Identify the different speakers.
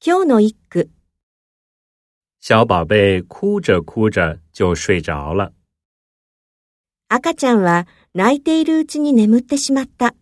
Speaker 1: 今日の一句、
Speaker 2: 小宝贝哭着哭着就睡着了。
Speaker 1: 赤ちゃんは泣いているうちに眠ってしまった。